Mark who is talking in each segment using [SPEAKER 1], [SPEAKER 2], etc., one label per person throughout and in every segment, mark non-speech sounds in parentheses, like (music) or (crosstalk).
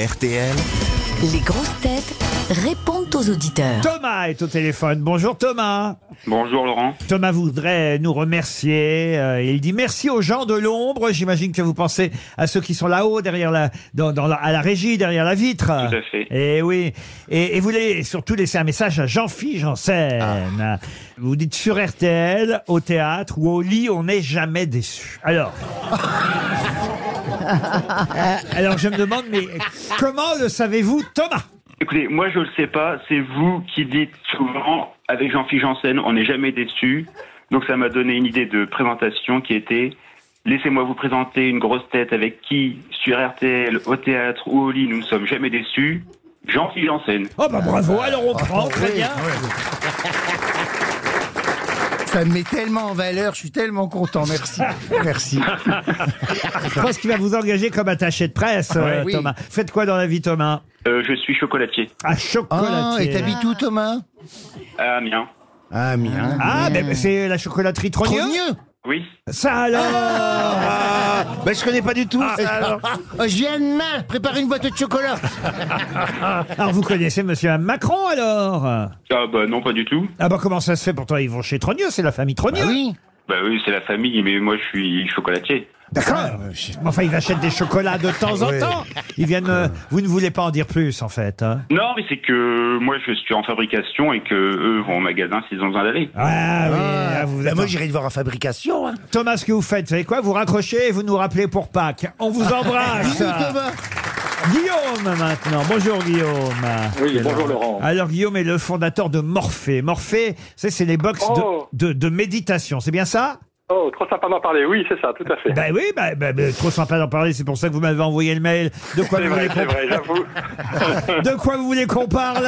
[SPEAKER 1] RTL.
[SPEAKER 2] Les grosses têtes répondent aux auditeurs.
[SPEAKER 3] Thomas est au téléphone. Bonjour Thomas.
[SPEAKER 4] Bonjour Laurent.
[SPEAKER 3] Thomas voudrait nous remercier. Euh, il dit merci aux gens de l'ombre. J'imagine que vous pensez à ceux qui sont là-haut, derrière la, dans, dans la- à la régie, derrière la vitre.
[SPEAKER 4] Tout à fait.
[SPEAKER 3] Et oui. Et, et vous voulez surtout laisser un message à Jean-Philippe Janssen.
[SPEAKER 4] Ah.
[SPEAKER 3] Vous dites sur RTL, au théâtre ou au lit, on n'est jamais déçu. Alors. Euh, Alors je me demande, mais comment le savez-vous, Thomas
[SPEAKER 4] Écoutez, moi je le sais pas, c'est vous qui dites souvent avec Jean-Philippe Janssen, on n'est jamais déçu. Donc ça m'a donné une idée de présentation qui était Laissez-moi vous présenter une grosse tête avec qui, sur RTL, au théâtre ou au lit, nous ne sommes jamais déçus. Jean-Philippe Janssen.
[SPEAKER 3] Oh bah bravo, alors on prend, très
[SPEAKER 5] Oui,
[SPEAKER 3] bien.
[SPEAKER 5] oui. Ça me met tellement en valeur, je suis tellement content, merci. Merci.
[SPEAKER 3] Je pense qu'il va vous engager comme attaché de presse, euh,
[SPEAKER 5] oui.
[SPEAKER 3] Thomas. Faites quoi dans la vie, Thomas
[SPEAKER 4] Euh, je suis chocolatier.
[SPEAKER 3] À
[SPEAKER 5] Ah, et
[SPEAKER 3] chocolatier.
[SPEAKER 5] t'habites où Thomas
[SPEAKER 4] Ah, bien.
[SPEAKER 5] Ah, mien.
[SPEAKER 3] Ah, mais c'est la chocolaterie Trogneux
[SPEAKER 5] mieux
[SPEAKER 4] Oui.
[SPEAKER 3] Ça
[SPEAKER 5] Ah.
[SPEAKER 3] alors
[SPEAKER 5] Bah je connais pas Oh, du tout. je viens demain préparer une boîte de chocolat.
[SPEAKER 3] Alors, vous connaissez monsieur Macron, alors Ah
[SPEAKER 4] Ah, bah non, pas du tout.
[SPEAKER 3] bah, comment ça se fait Pourtant, ils vont chez Trogneux, c'est la famille Trogneux.
[SPEAKER 5] oui.
[SPEAKER 4] Bah oui, c'est la famille, mais moi je suis chocolatier.
[SPEAKER 3] D'accord. Mais Enfin, ils achètent des chocolats de temps en
[SPEAKER 5] (laughs) Ouais.
[SPEAKER 3] temps. Ils viennent... euh, vous ne voulez pas en dire plus, en fait. hein
[SPEAKER 4] Non, mais c'est que moi je suis en fabrication et que eux vont au magasin s'ils ont besoin d'aller.
[SPEAKER 3] ah, oui, ah, vous êtes-
[SPEAKER 5] Ben, moi j'irai le voir en fabrication. Hein.
[SPEAKER 3] Thomas, ce que vous faites, vous savez quoi Vous raccrochez et vous nous rappelez pour Pâques. On
[SPEAKER 5] (laughs)
[SPEAKER 3] vous embrasse.
[SPEAKER 5] Bisous, Thomas.
[SPEAKER 3] Guillaume maintenant. Bonjour Guillaume.
[SPEAKER 6] Oui, bonjour Laurent.
[SPEAKER 3] Alors Guillaume est le fondateur de Morphée. Morphée, c'est c'est les box de-
[SPEAKER 6] Oh.
[SPEAKER 3] de, de méditation, c'est bien ça
[SPEAKER 6] Oh, trop sympa d'en parler. Oui, c'est ça, tout à fait.
[SPEAKER 3] Ben oui, ben, ben, ben, trop sympa d'en parler, c'est pour ça que vous m'avez envoyé le mail. De quoi,
[SPEAKER 6] C'est
[SPEAKER 3] vous
[SPEAKER 6] vrai,
[SPEAKER 3] voulez
[SPEAKER 6] c'est
[SPEAKER 3] qu'on-
[SPEAKER 6] vrai, j'avoue.
[SPEAKER 3] (laughs) de quoi vous voulez qu'on
[SPEAKER 6] (laughs)
[SPEAKER 3] parle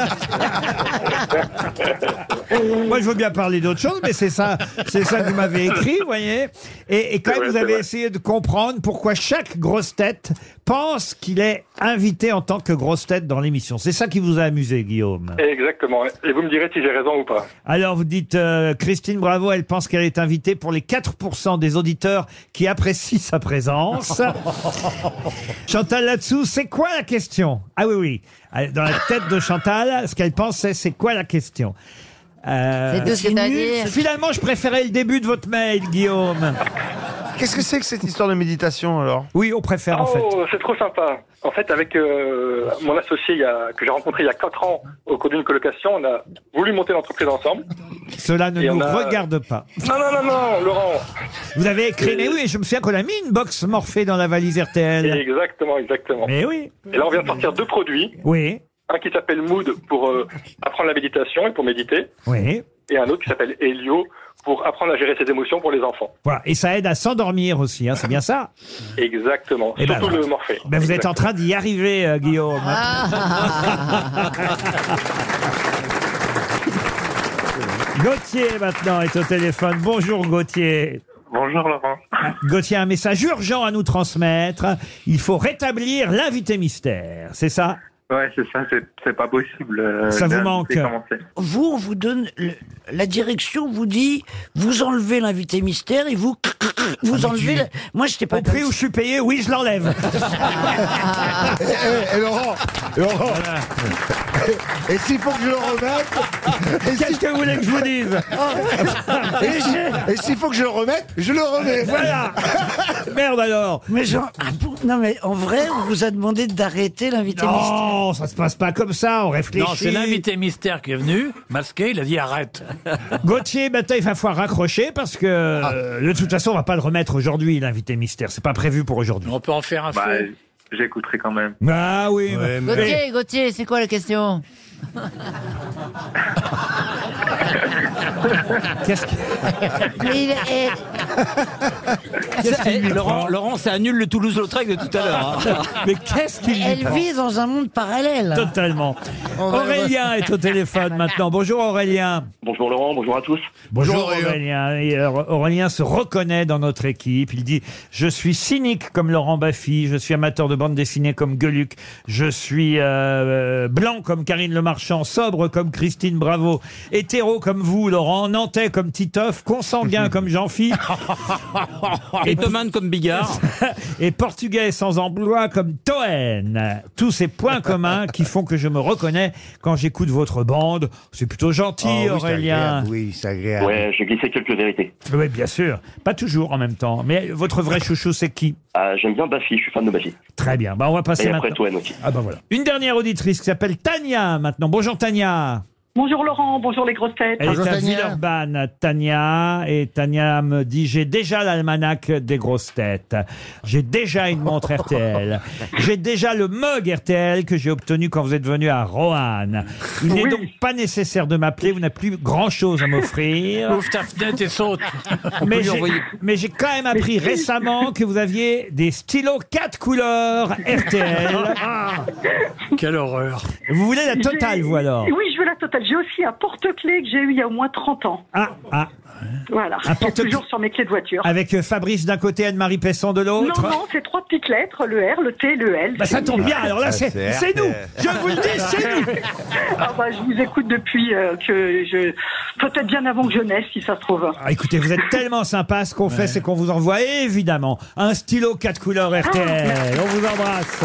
[SPEAKER 3] Moi je veux bien parler d'autre chose, mais c'est ça, c'est ça que vous m'avez écrit, vous voyez. Et, et quand même,
[SPEAKER 6] C'est vrai,
[SPEAKER 3] vous
[SPEAKER 6] c'est
[SPEAKER 3] avez
[SPEAKER 6] vrai.
[SPEAKER 3] essayé de comprendre pourquoi chaque grosse tête pense qu'il est invité en tant que grosse tête dans l'émission. C'est ça qui vous a amusé, Guillaume.
[SPEAKER 6] Exactement. Et vous me direz si j'ai raison ou pas.
[SPEAKER 3] Alors vous dites euh, Christine Bravo, elle pense qu'elle est invitée pour les 4% des auditeurs qui apprécient sa présence. Chantal là-dessous, c'est quoi la question Ah oui oui, Euh, dans la tête de Chantal, ce qu'elle pense c'est c'est quoi la question Euh,
[SPEAKER 2] C'est tout ce que t'as à dire.
[SPEAKER 3] Finalement, je préférais le début de votre mail, Guillaume.
[SPEAKER 7] Qu'est-ce que c'est que cette histoire de méditation alors
[SPEAKER 3] Oui, on préfère en fait.
[SPEAKER 6] Oh, c'est trop sympa. En fait, avec euh, mon associé il y a- que j'ai rencontré il y a 4 ans au cours d'une colocation, on a voulu monter l'entreprise ensemble.
[SPEAKER 3] Cela ne
[SPEAKER 6] et on
[SPEAKER 3] nous
[SPEAKER 6] a-
[SPEAKER 3] regarde pas.
[SPEAKER 6] Non, non, non, non, Laurent.
[SPEAKER 3] Vous avez écrit, mais oui, je me souviens qu'on a mis une box morphée dans la valise RTL.
[SPEAKER 6] Exactement, exactement.
[SPEAKER 3] Mais oui,
[SPEAKER 6] Et là, on vient de sortir deux produits.
[SPEAKER 3] oui,
[SPEAKER 6] Un qui s'appelle Mood pour euh, apprendre la méditation et pour méditer.
[SPEAKER 3] oui.
[SPEAKER 6] Et un autre qui s'appelle Helio pour apprendre à gérer ses émotions pour les enfants.
[SPEAKER 3] Voilà. Et ça aide à s'endormir aussi, hein, c'est bien
[SPEAKER 5] (laughs)
[SPEAKER 3] ça
[SPEAKER 6] Exactement.
[SPEAKER 3] Eh ben,
[SPEAKER 6] Surtout
[SPEAKER 3] voilà.
[SPEAKER 6] le morphée.
[SPEAKER 3] Ben, vous êtes en train
[SPEAKER 6] Exactement.
[SPEAKER 3] d'y arriver, euh, Guillaume.
[SPEAKER 5] Ah.
[SPEAKER 3] (laughs) Gauthier, maintenant, est au téléphone. Bonjour, Gauthier.
[SPEAKER 8] Bonjour Laurent.
[SPEAKER 3] Gauthier a un message urgent à nous transmettre. Il faut rétablir l'invité mystère. C'est ça
[SPEAKER 8] Ouais, c'est ça, c'est- c'est pas possible. euh,
[SPEAKER 3] Ça vous
[SPEAKER 8] d'inviter
[SPEAKER 3] manque.
[SPEAKER 8] comment c'est.
[SPEAKER 9] vous, on vous donne le- la direction, vous dit, vous enlevez l'invité mystère et vous,
[SPEAKER 3] Ah,
[SPEAKER 9] vous enlevez. la- Moi, je t'ai pas
[SPEAKER 3] Au prix où je suis payé, oui, je l'enlève.
[SPEAKER 5] Eh, eh, eh, Laurent, Laurent. Et s'il faut que je le remette, (laughs)
[SPEAKER 3] (laughs)
[SPEAKER 5] et
[SPEAKER 3] Qu'est-ce
[SPEAKER 5] si-
[SPEAKER 3] que vous voulez que je vous dise
[SPEAKER 5] (laughs) et si- et s'il faut que je le remette, je le remets.
[SPEAKER 3] (laughs) Voilà Merde alors
[SPEAKER 9] Mais genre, ah bon non, mais en vrai, on vous a demandé d'arrêter l'invité mystère.
[SPEAKER 3] Non, ça se passe pas comme ça, on réfléchit.
[SPEAKER 10] Non, c'est l'invité mystère qui est venu, masqué, il a dit arrête.
[SPEAKER 3] Gauthier, maintenant il va falloir raccrocher parce que euh, de toute façon on va pas le remettre aujourd'hui l'invité mystère, c'est pas prévu pour aujourd'hui.
[SPEAKER 10] On peut en faire un
[SPEAKER 8] Bah,
[SPEAKER 10] faux.
[SPEAKER 8] j'écouterai quand même.
[SPEAKER 3] Ah oui. mais- mais-
[SPEAKER 2] Gauthier, Gauthier, c'est quoi la question
[SPEAKER 3] Qu'est-ce que-
[SPEAKER 2] Il est-
[SPEAKER 3] qu'est-ce qu'il lui prend
[SPEAKER 10] Eh, Laurent, ça annule le Toulouse-Lautrec de tout à l'heure. hein.
[SPEAKER 3] Mais qu'est-ce qu'il lui
[SPEAKER 9] Elle
[SPEAKER 3] prend
[SPEAKER 9] vit dans un monde parallèle.
[SPEAKER 3] Totalement. Aurélien est au téléphone maintenant. Bonjour Aurélien.
[SPEAKER 8] Bonjour Laurent, bonjour à tous.
[SPEAKER 3] Bonjour,
[SPEAKER 5] Bonjour, Aurélien.
[SPEAKER 3] Aurélien. Et, euh, Aurélien se reconnaît dans notre équipe. Il dit Je suis cynique comme Laurent Baffy, je suis amateur de bande dessinée comme Gueluc, euh, je suis euh, blanc comme Karine Lemarchand, sobre comme Christine Bravo, hétéro Bordeaux comme vous, Laurent, Nantais comme Titoff, consanguin comme Jean-Phi,
[SPEAKER 1] Et Thoman comme Bigard.
[SPEAKER 3] et Portugais sans emploi comme Toen. Tous ces
[SPEAKER 5] (laughs)
[SPEAKER 3] points communs qui font que je me reconnais quand j'écoute votre bande. C'est plutôt gentil,
[SPEAKER 5] Oh, oui, c'est
[SPEAKER 3] Aurélien.
[SPEAKER 5] agréable, Oui, c'est agréable.
[SPEAKER 8] Ouais, j'ai glissé quelques vérités.
[SPEAKER 3] Oui, bien sûr. Pas toujours en même temps. Mais votre vrai chouchou, c'est qui
[SPEAKER 8] Ah, J'aime bien Baffy, je suis fan de Baffy.
[SPEAKER 3] Très bien. Bah, on va passer
[SPEAKER 8] Et après
[SPEAKER 3] maintenant.
[SPEAKER 8] Toen aussi.
[SPEAKER 3] Ah bah voilà. Une dernière auditrice qui s'appelle Tania maintenant. Bonjour Tania.
[SPEAKER 11] Bonjour Laurent, bonjour les grosses têtes.
[SPEAKER 3] Elle est à Villeurbanne, Tania. Et Tania me dit, j'ai déjà l'almanach des grosses têtes. J'ai déjà une montre RTL. J'ai déjà le mug RTL que j'ai obtenu quand vous êtes venu à Roanne. Il n'est donc pas nécessaire de m'appeler. Vous n'avez plus grand chose à m'offrir.
[SPEAKER 10] Ouvre ta fenêtre et saute.
[SPEAKER 3] Mais
[SPEAKER 1] lui
[SPEAKER 3] j'ai-
[SPEAKER 1] envoyer.
[SPEAKER 3] mais j'ai quand même appris récemment que vous aviez des stylos quatre couleurs RTL.
[SPEAKER 10] Quelle horreur.
[SPEAKER 3] Vous voulez la totale,
[SPEAKER 11] J'ai-
[SPEAKER 3] vous alors
[SPEAKER 11] Oui, je veux la totale. J'ai aussi un porte-clés que j'ai eu il y a au moins 30 ans.
[SPEAKER 3] Ah, ah,
[SPEAKER 11] Voilà.
[SPEAKER 3] Un
[SPEAKER 11] Qui est
[SPEAKER 3] porte-clés.
[SPEAKER 11] toujours sur mes clés de voiture.
[SPEAKER 3] avec euh, Fabrice d'un côté, Anne-Marie Pesson de
[SPEAKER 11] Non,
[SPEAKER 3] l'autre.
[SPEAKER 11] non, c'est trois petites lettres, le R, le T, le L.
[SPEAKER 3] Bah, ça tombe bien, alors là, c'est
[SPEAKER 7] c'est
[SPEAKER 3] c'est nous
[SPEAKER 7] RTL.
[SPEAKER 3] Je vous le dis, c'est nous
[SPEAKER 11] Ah, bah, je vous écoute depuis euh, que je. Peut-être bien avant que je naisse, si ça se trouve.
[SPEAKER 3] Ah, Écoutez, vous êtes tellement sympa, ce qu'on fait, c'est qu'on vous envoie évidemment un stylo quatre couleurs RTL. On vous embrasse.